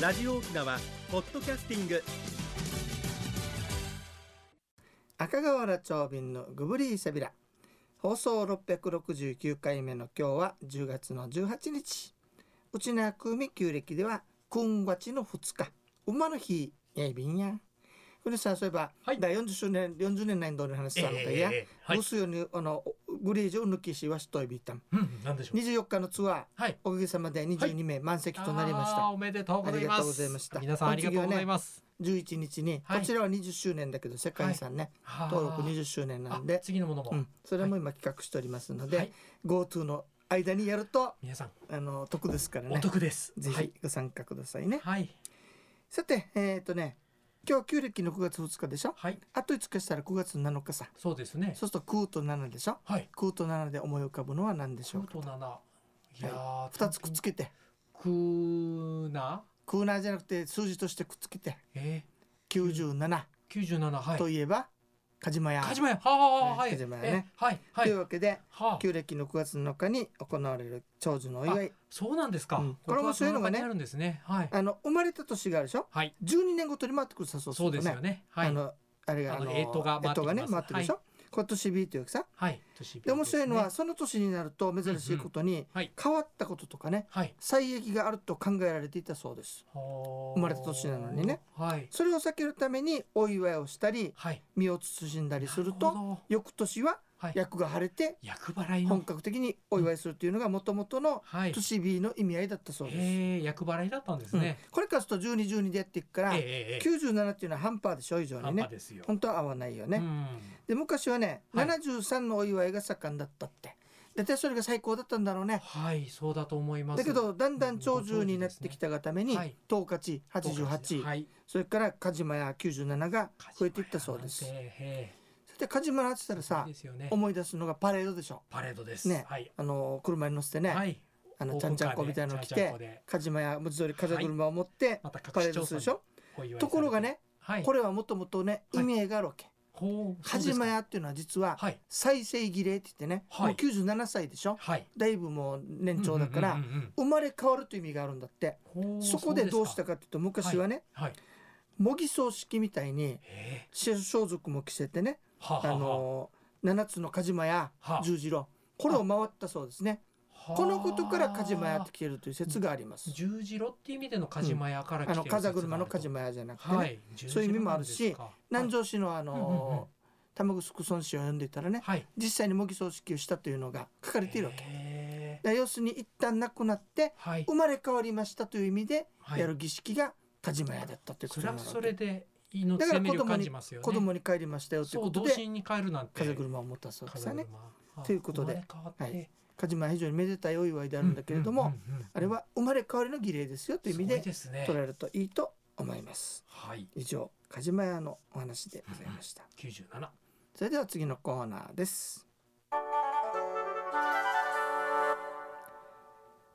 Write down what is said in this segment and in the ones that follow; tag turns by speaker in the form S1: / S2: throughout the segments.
S1: ラジオ沖縄ポッドキャスティング
S2: 赤瓦町便のグブリーセビラ放送669回目の今日は10月の18日うちなくみ旧暦ではくんわちの2日馬の日やいびんや古さんそういえば、
S3: はい
S2: 第40周年40年内の話したのかいや、
S3: ええええはい
S2: ブスよにあのグリージュを抜きしわしといびいたん
S3: うん、なんでしょう。
S2: 24日のツアー
S3: はい。
S2: おかげさまで22名満席となりました、
S3: あーおめでとうございます。
S2: ありがとうございました
S3: 皆さんありがとうございます。
S2: 11日に、
S3: はい
S2: こちらは20周年だけど世界遺産ね、登録20周年
S3: 年
S2: なんで、
S3: 次のものも。
S2: うん、それも今企画しておりますので、
S3: はい
S2: GoTo の間にやると
S3: 皆さん
S2: あの得ですから
S3: お
S2: ね
S3: 得です。
S2: ぜ
S3: はい
S2: ひ。ご参加くださいね、
S3: はい。
S2: さてえっ、とね今日旧暦の9月2日でしょ
S3: はい。
S2: あと5日したら9月7日さ
S3: そうですね。
S2: そうすると空と7でしょ
S3: はい。
S2: 空と7で思い浮かぶのは何でし
S3: ちょ
S2: ょう
S3: う
S2: か
S3: ど七。いやー、
S2: 2つくっつけて
S3: くな。
S2: 空ーナーじゃなくて数字としてくっつけて
S3: え
S2: 97
S3: ー、九十七はい
S2: と。いえばカジマヤ
S3: カジマヤ。はあ、
S2: は
S3: はいい。
S2: カジマヤね
S3: え。はい。は
S2: とい
S3: い。
S2: うわけで
S3: はあ。
S2: 旧暦の9月7日に行われる長寿のお祝い
S3: そうなんですか。
S2: うんこれ面白いのがね
S3: 6月7日にあるんですね。はい。
S2: あの生まれた年があるでしょ
S3: はい。
S2: 12年ごとに回ってくるさそう
S3: そうですよね。はい
S2: あ。のあれが
S3: あの干支が回ってきます
S2: 干支ね回ってるでしょ、今年ビーというかさ
S3: はい。年
S2: で面白いのは、
S3: ね
S2: その年になると珍しいことに、
S3: はい。
S2: 変わったこととかね
S3: はい。
S2: 最益があると考えられていたそうです
S3: 生
S2: 生まれた年なのにね。
S3: はい。
S2: それを避けるためにお祝いをしたり
S3: はい。
S2: 身を慎んだりする
S3: な
S2: と
S3: ほど、
S2: 翌年は
S3: はい、
S2: 役が晴れて
S3: 役払い
S2: 本
S3: の。
S2: 格的にお祝いするというのがもともとの
S3: はい。
S2: 年日の意味合いだったそうです、
S3: ええ、役払いだったんですね。
S2: うんこれからすると1212でやっていくから、
S3: えええええ
S2: 97っていうのは半端でしょ以
S3: え。
S2: 上に
S3: 半
S2: ね
S3: 端ですよ。
S2: 本当は合わないよ
S3: う
S2: ね、
S3: ん。
S2: で昔はね、
S3: はい
S2: 73のお祝いが盛んだったって大体それが最高だったんだろうね
S3: はい、そうだと思います。
S2: だけどだんだん長寿になってきたがために
S3: はいど
S2: 十勝
S3: うかですね、
S2: 88
S3: はい。
S2: それから鹿島や97が増えていったそうです
S3: へ
S2: さ
S3: え
S2: て鹿島やって
S3: へ
S2: たらさ
S3: いいですよね。
S2: 思い出すのがパレードでしょ
S3: パレードです。
S2: ね
S3: はい。
S2: あの車に乗せてね、
S3: はい。
S2: あの
S3: オー
S2: ち
S3: プ
S2: ゃん
S3: ン
S2: ちゃ
S3: カ
S2: ん
S3: ー
S2: こみたいなの着て
S3: で
S2: 鹿島や文字通り風車を持って
S3: また各
S2: パレ
S3: 市
S2: ード
S3: 町
S2: するでし
S3: 村
S2: ょ
S3: に、お祝いされて
S2: ところがね、
S3: はい。
S2: これはもともとね
S3: はい
S2: 意味合いがあるわけ、
S3: ほう、
S2: 鹿島
S3: や。
S2: 屋っていうのは実は
S3: はい。
S2: 再生儀礼って言ってね、
S3: はい
S2: もう97歳でしょ
S3: はい。
S2: だいぶもう年長だから、
S3: うんうんうん
S2: 生まれ変わるという意味があるんだって
S3: うんほ
S2: そこでどうした
S3: か。
S2: かっていうと昔はね、
S3: はい。
S2: 模擬葬式みたいに
S3: ええ。
S2: 装束も着せてね、
S3: は
S2: あの7つの梶間や
S3: はあ
S2: 十字路これを回ったそうですねこのことから梶間屋
S3: や
S2: って来てるという説があります
S3: 十字路っていう意味での梶間屋から来て
S2: あ
S3: る
S2: の
S3: 説が
S2: 風
S3: ると
S2: 車の梶間屋じゃなくてね、
S3: はい、
S2: そういう意味もあるし
S3: 十字路なん
S2: 南
S3: ですか
S2: 城市のあの玉城村氏を呼んでいたらね
S3: はい、はい、
S2: 実際に模擬葬式をしたというのが書かれているわけ、
S3: へー
S2: だから要するに一旦亡くなって
S3: はい
S2: 生、まれ変わりましたという意味で
S3: はい
S2: やる儀式が田島屋だったというこ
S3: そ
S2: と
S3: れは
S2: なので、
S3: それで命
S2: だから
S3: 生
S2: 子
S3: 命力
S2: 供に
S3: 感じますよね。
S2: 子供に帰りましたよという
S3: そ
S2: こ
S3: う
S2: と
S3: 同
S2: で
S3: 心に帰るなんて
S2: 風車を持ったそうで
S3: 風
S2: すよ
S3: 車
S2: ね
S3: あ
S2: ということで
S3: 生まれ変わって
S2: はい田島屋は非常にめでたいお祝いであ
S3: あ
S2: るんだけれども、あれ
S3: っ
S2: は生まれ変わりの儀礼ですよと
S3: て
S2: いう意味です
S3: ね
S2: 捉えるといいと思います
S3: はい、
S2: 以上梶島屋のお話でございました
S3: 九十七。
S2: それでは次のコーナーです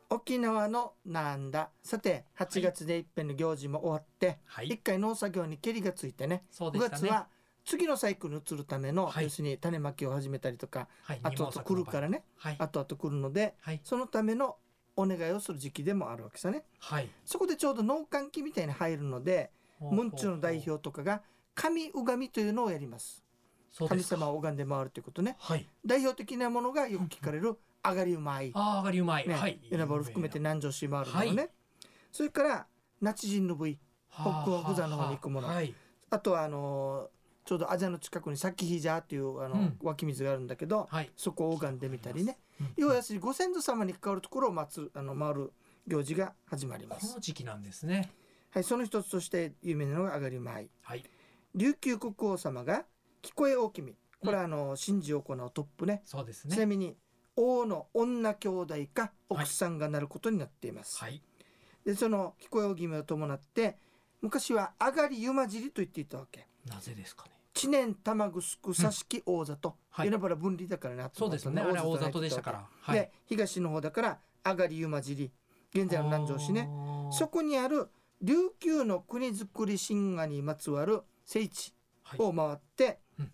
S2: 沖縄のなんださて8月で一遍の行事も終わって、
S3: は
S2: 一
S3: い、
S2: 回農作業にけりがついてね
S3: そうで
S2: 9
S3: した
S2: 月
S3: ね。
S2: は次のサイクルに移るための、
S3: はい
S2: 要するに種まきを始めたりとか
S3: はい、。
S2: 後々来るかららね
S3: はい、
S2: 後々来るので
S3: はい、
S2: そのためのお願いをする時期でもあるわけさね
S3: はい。
S2: そこでちょうど農閑期みたいに入るのでムンチュの代表とかが神拝みというのをやります
S3: そうで
S2: 神
S3: すか
S2: 様を拝んで回るということね
S3: はい。
S2: 代表的なものがよく聞かれる上がりうまい
S3: ああ、上がりうまい。
S2: ね
S3: はい。
S2: ユナボール含めて南城市回るもの
S3: は
S2: ねそれから那智神の部位
S3: はあ、
S2: 北欧ブザの方に行くもの
S3: はい。
S2: あとはあのーちょうどアジアの近くにサキヒジャーっていうあの、
S3: うん
S2: 湧き水があるんだけど
S3: はい。
S2: そこを拝んでみたりね
S3: うん
S2: 要は要するにご先祖様に関わるところを祀るあの回る行事が始まりま
S3: こ
S2: す
S3: の時期なんですね。
S2: はいその一つとして有名なのが上がり舞
S3: はい。
S2: 琉球国王様が聞こえ大君これはあの神事を行うトップね
S3: そうです
S2: ちな
S3: ね。
S2: みに王の女兄弟か奥さんがなることになっています、
S3: はい。
S2: でその聞こえ大君を伴って昔は上がり湯まじりと言っていたわけ
S3: なぜですかね。
S2: 知念玉城佐敷大里、
S3: はい
S2: 米原分離だからな
S3: そうですね。あれは大里でしたから。はい。
S2: で東の方だから上がり湯まじり現在の南城市ね
S3: あー。
S2: そこにある琉球の国づくり神話にまつわる聖地
S3: はい
S2: を回って、
S3: うん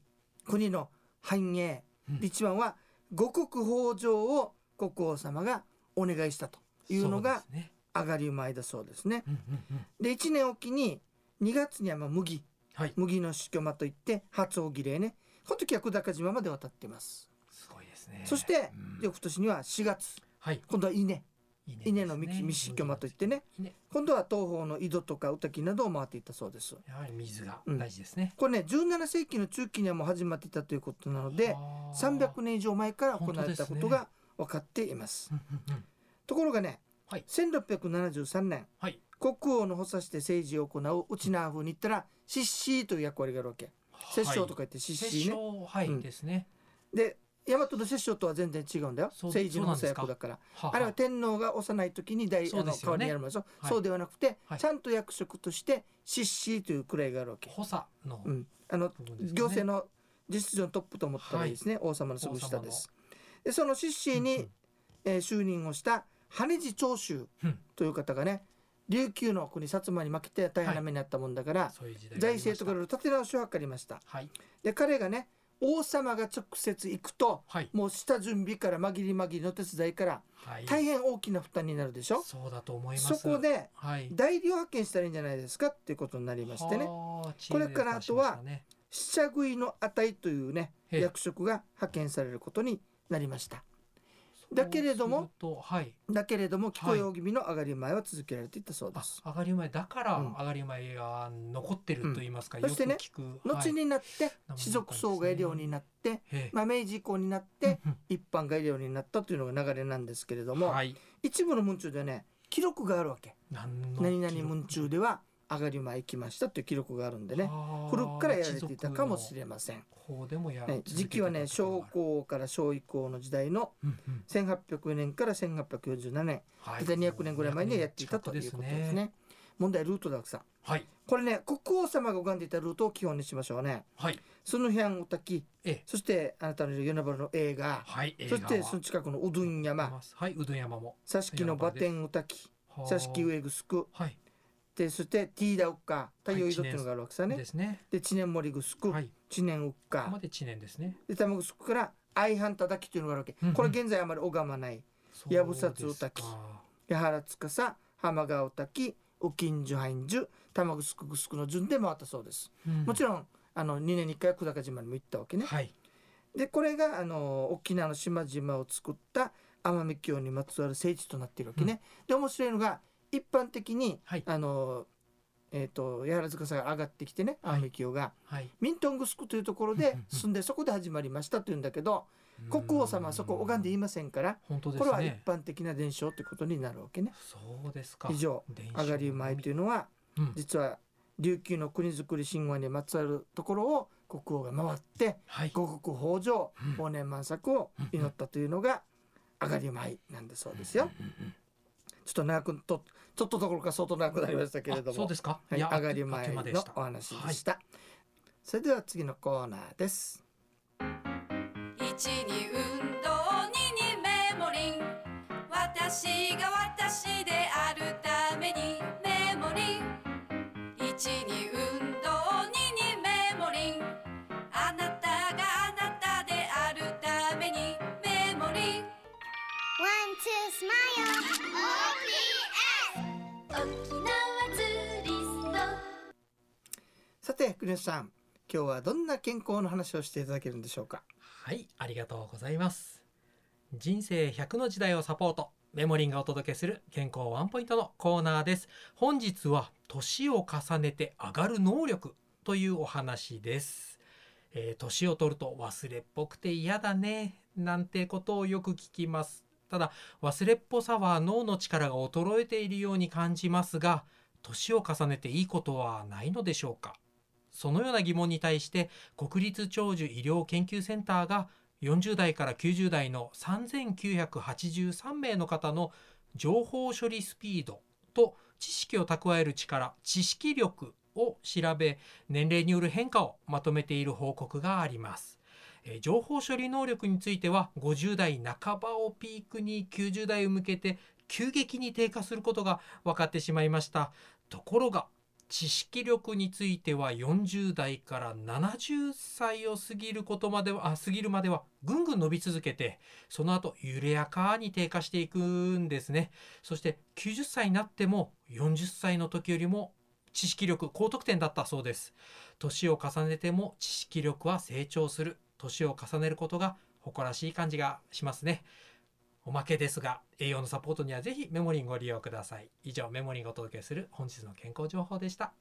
S2: 国の繁栄、
S3: うん
S2: 一番は五穀豊穣を国王様がお願いしたというのが
S3: そうですね
S2: 上がり米だそうですね。
S3: うんうんうん
S2: で1年おきに2月にはまあ麦
S3: はい。
S2: 麦の主巨間といって初尾儀礼ねこの時は久高島まで渡っています。
S3: すごいですね。
S2: そして
S3: うん
S2: 翌年には4月
S3: はい。
S2: 今度は稲
S3: 稲ですね
S2: 稲の幹幹巨間といってね
S3: 稲
S2: 今度は東方の井戸とか宇滝などを回っていったそうです。
S3: やはり水が大事ですね。
S2: これね17世紀の中期にはもう始まっていたということなので
S3: あー
S2: 300年以上前から行われたこ
S3: 本当です
S2: とが分かっています。
S3: うんうんうん
S2: ところがね、
S3: はい
S2: 1673年
S3: はい。
S2: 国王の補佐して政治を行うウチナーフに行ったらシッシーという役割があるわけ摂政とか
S3: はい。
S2: 言ってシッ
S3: 摂
S2: シーね、
S3: 政はい、
S2: うん
S3: ですね。
S2: で大和の摂政とは全然違うんだよ
S3: そう
S2: 政治の補佐
S3: そうなんですか
S2: 役だから
S3: は
S2: あれは天皇が幼い時に大、
S3: そ
S2: あ
S3: うで
S2: の
S3: す
S2: 代
S3: よ
S2: わり
S3: ね
S2: にやるものでしょ、
S3: はい
S2: そうではなくて、
S3: はい
S2: ちゃんと役職としてシッシーという位があるわけ、
S3: 補佐の
S2: うん、あの
S3: 部分ですね
S2: 行政の実情のトップと思ったらいいですね、王様のすぐ下ですでそのシッシーに、
S3: うんうん
S2: えー就任をした羽地長州
S3: うん
S2: という方がね琉球の国薩摩に負けて大変な目になったもんだから、
S3: そういう時代があ
S2: 財
S3: りました
S2: 政とかいろいろ立て直しを図りました
S3: はい
S2: で彼がね王様が直接行くと
S3: はい
S2: もう下準備から紛り紛りの手伝いから
S3: はい
S2: 大変大きな負担になるでしょ、
S3: そうだと思います
S2: そこで
S3: はい
S2: 代理を派遣したらいいんじゃないですかっていうことになりましてね
S3: はあ
S2: これからあと
S3: チームで出しまし
S2: は
S3: たね
S2: 試着食いの値というね
S3: ええ
S2: 役職が派遣されることになりましただけれども
S3: そうするとはい
S2: だけれども聞こえ大気味の上がり前は続けられていったそうで
S3: あ
S2: す、
S3: 上がり前だから
S2: うん
S3: 上がり前が残ってると言いますか、
S2: うんそしてね
S3: よく聞く
S2: 後
S3: はい
S2: になって
S3: はい
S2: 士族総外領になって、
S3: ええ
S2: まあ、明治以降になっ
S3: うん
S2: て一般外領になったというのが流れなんですけれど
S3: うん
S2: も、
S3: はい
S2: 一部の文中ではね記録があるわけ
S3: 何の
S2: 何々文中では上がり前行きましたという記録があるんでね古くからやられていたかもし
S3: ない
S2: れません、
S3: こうでもや
S2: ね、時期はね
S3: 続
S2: 商
S3: けていたところがある
S2: 工から商以降の時代の
S3: うんうん
S2: 1800年から1847年
S3: は
S2: 大体200年ぐらい前にはやっていたということですね,、問題はルートだくさん
S3: はい
S2: これね国王様が拝んでいたルートを基本にしましょうね
S3: はい
S2: その辺お滝
S3: ええ
S2: そしてあなたの与那原の映画
S3: はい映
S2: そ
S3: 画
S2: し
S3: は
S2: てその近くのうどん山
S3: はいうどん山も
S2: 佐敷の馬天お滝
S3: はあ
S2: 佐敷上城
S3: はい
S2: でそしてティーダウッカ太陽井戸っていうのがあるわけさね、
S3: ですね
S2: で知念森城
S3: はい
S2: 知念ウッ
S3: ここま
S2: カ
S3: で知念ですね
S2: で玉城から相反叩きというのがあるわけ、
S3: うんうん
S2: これ現在あまり拝まないやぶさつうたき
S3: そう
S2: 八原司浜川滝お近所範樹玉城城の順で回ったそうです、
S3: ですか
S2: もちろんあの2年に1回は久高島にも行ったわけね、
S3: はい
S2: でこれがあの沖縄の島々を作った奄美峡にまつわる聖地となっているわけね。で面白いのが一般的に、
S3: はい
S2: あのえー、と八原塚さんが上がってきてね
S3: はい
S2: 奄美峡が、
S3: はい
S2: ミントングスクというところ
S3: う
S2: で
S3: んうんうん
S2: 住んでそこで始まりましたというんだけど国王様はそこを拝んでい
S3: うん
S2: ませんから
S3: 本当で
S2: こ
S3: す
S2: れは一
S3: ね
S2: 般的な伝承ということになるわけね。
S3: そうですか
S2: 以上
S3: 伝承
S2: 上がり前というのは
S3: うん
S2: 実は琉球の国づくり神話にまつわるところを国王が回って
S3: はい
S2: 五穀豊穣
S3: うん
S2: 忘年満作を祈ったというのが上がり舞なんだそうですよ。ちょっと長くとちょっとどころか相当長くなりましたけれど
S3: あそう
S2: も
S3: で、すか
S2: はい、
S3: いや
S2: 上がり
S3: あっとい
S2: 舞
S3: う間
S2: の
S3: でした
S2: お話でした。それでは次のコーナーです。
S4: 一に運動二にメモリン私が私であるためにメモリン一に運動二にメモリンあなたがあなたであるためにメモリン
S5: One, two, smile. OPS. 沖縄ツーリスト。
S2: さて国吉さん、今日はどんな健康の話をしていただけるんでしょうか。
S3: はい、ありがとうございます。人生100の時代をサポート、メモリンがお届けする健康ワンポイントのコーナーです。本日は、年を重ねて上がる能力というお話です。えー年を取ると忘れっぽくて嫌だね、なんてことをよく聞きます。ただ、忘れっぽさは脳の力が衰えているように感じますが、年を重ねていいことはないのでしょうかそのような疑問に対して、国立長寿医療研究センターが40代から90代の3983名の方の情報処理スピードと知識を蓄える力知識力を調べ年齢による変化をまとめている報告があります。えー情報処理能力については50代半ばをピークに90代を向けて急激に低下することが分かってしまいました。ところが知識力については40代から70歳を過ぎることまではあ過ぎるまではぐんぐん伸び続けてその後緩やかに低下していくんですねそして90歳になっても40歳の時よりも知識力高得点だったそうです年を重ねても知識力は成長する年を重ねることが誇らしい感じがしますねおまけですが栄養のサポートにはぜひメモリンご利用ください以上メモリンがお届けする本日の健康情報でした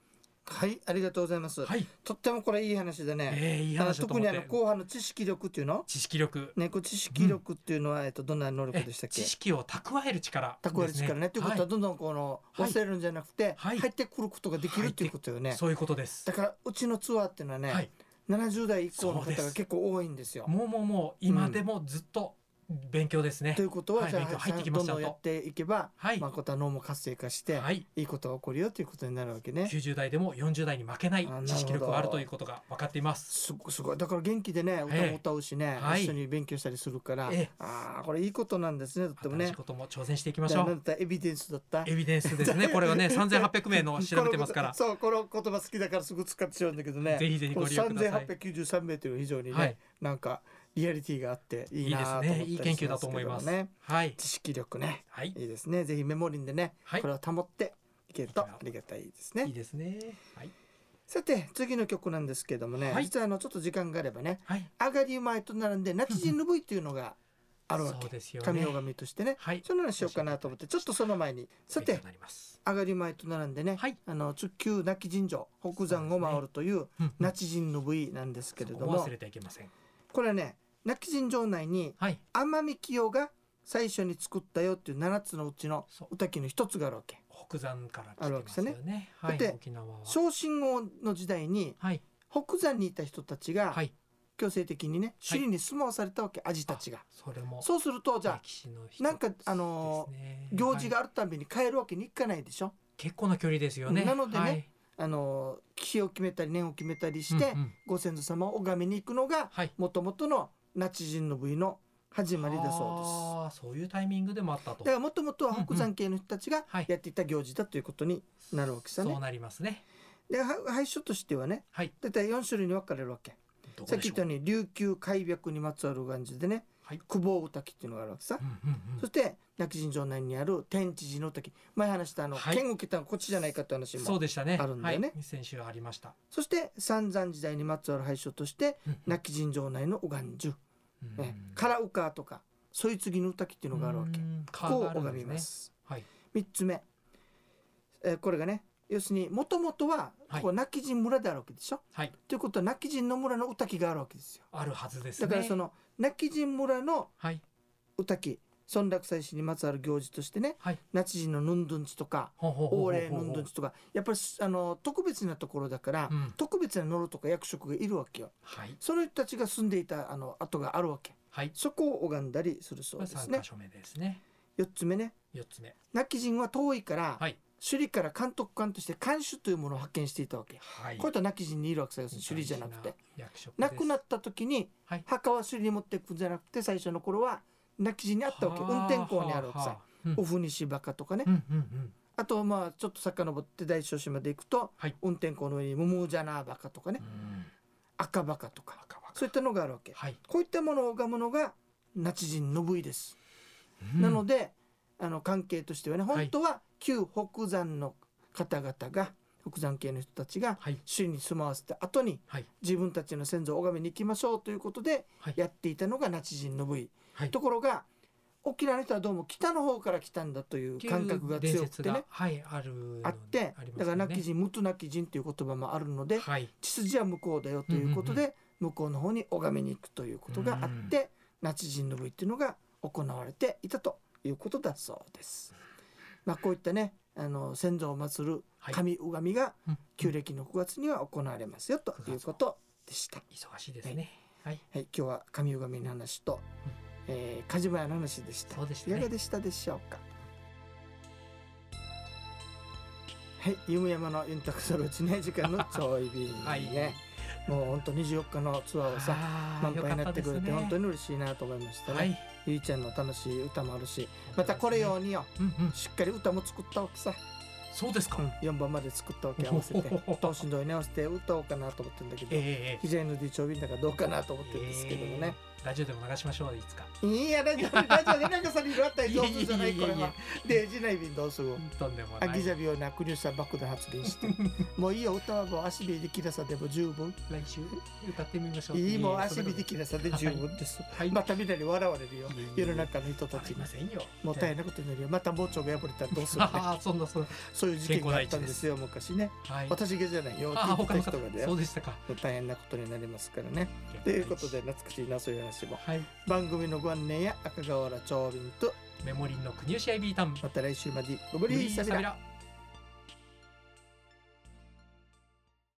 S2: はいありがとうございます、
S3: はい、
S2: とってもこれいい話でね、
S3: えー、いい
S2: あの
S3: 話だと
S2: 特
S3: 思っ
S2: にあ
S3: て
S2: の後半の知識力っていうの
S3: 知識力
S2: ねこう知識力っていうのは、えっとどんな能力
S3: え
S2: でしたっ
S3: 知
S2: け
S3: 識を蓄える力
S2: 蓄える力ねということは
S3: は
S2: どんどんこの
S3: はい
S2: 忘れるんじゃなくて、
S3: はい
S2: 入ってくることができるっていうことよ
S3: い
S2: ね、
S3: そういうことです
S2: だからうちのツアーっていうのはね、
S3: はい
S2: 70代以降の
S3: そうで
S2: 方
S3: す
S2: が結構多いんですよ。
S3: もうもうもう今でもずっと勉強ですね、
S2: ということは、
S3: はい
S2: じゃあ
S3: 勉強入ってきまし
S2: どん
S3: た
S2: ど
S3: と
S2: んやっていけば、
S3: はい
S2: まあ、こた脳も活性化して、、
S3: はいい
S2: いことが起こるよということになるわけね。
S3: 90代でも40代に負けない
S2: あなるほど
S3: 知識力があるということが分かっています
S2: すごいすごいだから元気でね歌
S3: ええ
S2: も歌うしね、
S3: はい
S2: 一緒に勉強したりするから、
S3: ええ
S2: ああこれいいことなんですねとっても
S3: 新し
S2: ね
S3: い。ことも挑戦していきまし
S2: だ
S3: ょ
S2: からなん
S3: う
S2: だったらエビデンスだった
S3: エビデンスです ねこれはね3800名の調べてますから
S2: このそうこの言葉好きだからすぐ使ってしまうんだけどね
S3: ぜひぜひご利用ください
S2: この3893名というのは非常にね、
S3: はい
S2: なんかリアリティがあっていいなと思ったり
S3: いいですねいい研究だと思います
S2: しけどね
S3: はい
S2: 知識力ね
S3: はい
S2: いいですねぜひメモリンでね、
S3: はい
S2: これを保っていけるとありがたいですね
S3: いいですねはい
S2: さて次の曲なんですけどもね、
S3: はい
S2: 実はあのちょっと時間があればね
S3: はい
S2: 上がり前と並んでナチジンの部位というのがあるわ
S3: そう
S2: け、
S3: ですよね
S2: 神尾神としてね
S3: はい
S2: その話しようかなと思ってちょっとその前にさ
S3: 勉強
S2: て
S3: になります
S2: 上がり前と並んでね、
S3: はい
S2: あの中級那智神城北山を回るという
S3: うん
S2: 那智神の部位なんですけれど
S3: そこを
S2: も
S3: 忘れてはいけません
S2: これね那智神城内に
S3: はい
S2: 奄美清が最初に作ったよっていう7つのうちの
S3: そう
S2: 歌記の一つがあるわけ
S3: 北山から来
S2: あ
S3: て
S2: る
S3: ま
S2: わけですす
S3: よ
S2: ね
S3: ねはい
S2: だって
S3: 沖縄は
S2: 昇進王の時代に
S3: はい
S2: 北山にいた人たちが
S3: はい
S2: 強制的にね首里に住まわされたわけアジたちが
S3: それも
S2: そうするとじゃあ
S3: 歴史の一つ
S2: なんかあのー
S3: ですね
S2: 行
S3: は
S2: 事
S3: い
S2: があるたびに変えるわけにいかないでしょ
S3: 結構な距離ですよね
S2: なのでね
S3: はい
S2: あのー日を決めたり年を決めたりして
S3: うんうん
S2: ご先祖様を拝みに行くのが
S3: はい
S2: もともとの那智神の部位の始まりだそうです。
S3: あーそういうタイミングでもあったと
S2: だからもともとは北山系の人たちが
S3: はい
S2: やっていた行事だということになるわけですよ
S3: そう
S2: ね。
S3: なりますね
S2: では廃所としてはね
S3: はい
S2: 大体4種類に分かれるわけ。
S3: どこ
S2: さっ
S3: で
S2: き
S3: し
S2: 言
S3: ょう
S2: ったように琉球開闢にまつわる感じでね
S3: はい
S2: 久保歌きっていうのがあるわけさ。
S3: うんうんうん
S2: そして那智神城内にある天智寺の滝前話したあの、
S3: はい
S2: 剣を受けたのこっちじゃないかって話
S3: そう
S2: も
S3: でしたね。
S2: あるんだよね
S3: はい、先週ありました。
S2: そして三山時代にまつわる廃所として那智神城内のおがんじゅ、
S3: うん
S2: ねカラウカーとかそいつぎの歌きっていうのがあるわけ。
S3: うん
S2: ここ
S3: 川
S2: を
S3: があるん
S2: 拝
S3: で
S2: みます。
S3: はい。
S2: 三つ目、えーこれがね要するにもともとは
S3: はい
S2: ここ那智神村であるわけでしょ、
S3: はい。
S2: ということは那智神の村の歌きがあるわけですよ。
S3: あるはずですね。
S2: だからその那智神村の
S3: はい
S2: 歌き村落祭祀にまつわる行事としてね
S3: はい。
S2: 那智神のヌンドゥンチとか
S3: ほうほうほうほ
S2: オ
S3: う
S2: ーレのんどんちとかやっぱりあの特別なところだから、
S3: うん
S2: 特別なノロとか役職がいるわけよ
S3: はい
S2: その人たちが住んでいたあの跡があるわけ
S3: はい。
S2: そこを拝んだりするそう
S3: これ
S2: で
S3: 三
S2: す
S3: 箇
S2: ね
S3: 所目ですね。
S2: 4つ目ね
S3: 四つ目。
S2: 亡き人は遠いから、
S3: はい
S2: 首里から監督官として看守というものを派遣していたわけ、
S3: はい。
S2: こういった亡き人にいるわけさ要するに首里じゃなくて。
S3: 役職です。
S2: 亡くなった時に
S3: はい
S2: 墓は首里に持っていくんじゃなくて最初の頃は亡き人にあったわけ運転校にあるわけ
S3: は
S2: さ
S3: は。うん
S2: おふにしバカとかね、
S3: うんうんうん。
S2: あとまあちょっと遡って大正島で行くと、
S3: はい
S2: 運転校の上にモモジャナーバカとかね、
S3: うん
S2: 赤バカとか
S3: 赤羽
S2: そういったのがあるわけ、
S3: はい。
S2: こういったものを拝むのがナチ人の部位です、
S3: うん
S2: なのであの関係としてはね
S3: はい
S2: 本当は旧北山の方々が北山系の人たちが
S3: はい
S2: 首里に住まわせた後に
S3: はい
S2: 自分たちの先祖を拝みに行きましょうということで
S3: はい
S2: やっていたのがナチ人の部位、
S3: はい。
S2: ところが沖縄の人はどうも北の方から来たんだという感覚が強くてね
S3: はいあるので
S2: あって
S3: りますよね
S2: だから亡き人無と亡き人という言葉もあるので、
S3: はい。
S2: 血筋は向こうだよということで、向こうの方に拝みに行くということがあって、ナチ人の部位っていうのが行われていたということだそうです。まあこういったねあの先祖を祀る
S3: はい
S2: 神拝みが
S3: うん
S2: 旧暦の9月には行われますよということでした。
S3: 忙しいですね。はい。
S2: はい、今日は神拝みの話と、えー、梶前の話でした。
S3: そうでした
S2: い
S3: ね
S2: かがでしたでしょうか。はい、ゆむやまのユンタクソルチネ時間のちょい便ね、
S3: はい
S2: もう本当24日のツアーはさ
S3: あー
S2: 満杯になってくれて
S3: よか
S2: 本
S3: ったですね
S2: 当に嬉しいなと思いましたね、
S3: はい。
S2: ゆいちゃんの楽しい歌もあるしまたこれようによ
S3: うんうん。
S2: しっかり歌も作ったわけさ
S3: そうですか、
S2: うん、4番まで作ったわけ合わせてとしんどいね合わせて歌おうかなと思ってるんだけど、
S3: えええ
S2: 膝のディチョビンだからどうかなと思ってるんですけどもね、
S3: えラジオでも流しましょういつか
S2: いやラジオラジオでなんかさにあったり上手じゃない
S3: い
S2: こ
S3: やい
S2: れ
S3: やいや
S2: はでジナイビンどうする
S3: とんでもな
S2: ア
S3: い
S2: ギジャビをなくにさ爆弾発言してもういいよ歌はもう足火できなさでも十分
S3: 来週歌ってみましょう
S2: いいもう
S3: やや
S2: 足火できなさで十分です、
S3: はい
S2: またみんなに笑われるよ
S3: いやいやいや
S2: 世の中の人た
S3: わか
S2: ち
S3: り
S2: に
S3: ませんよ
S2: もったいないことになるよまた盲腸が破れたらどうするね
S3: ああそんなそんな
S2: そういう事件があったんですよ昔ね
S3: はい
S2: 私がじゃないよ
S3: ああ
S2: 聞
S3: 他
S2: いた
S3: の
S2: 人
S3: 方
S2: がだ
S3: そう
S2: よ
S3: でしたか
S2: 大変なことになりますからねということで懐かしいなそういう話も
S3: はい
S2: 番組のご案内や赤瓦長瓶と
S3: メモリーの国吉 IB タン
S2: また来週までご無理さびら
S3: ラ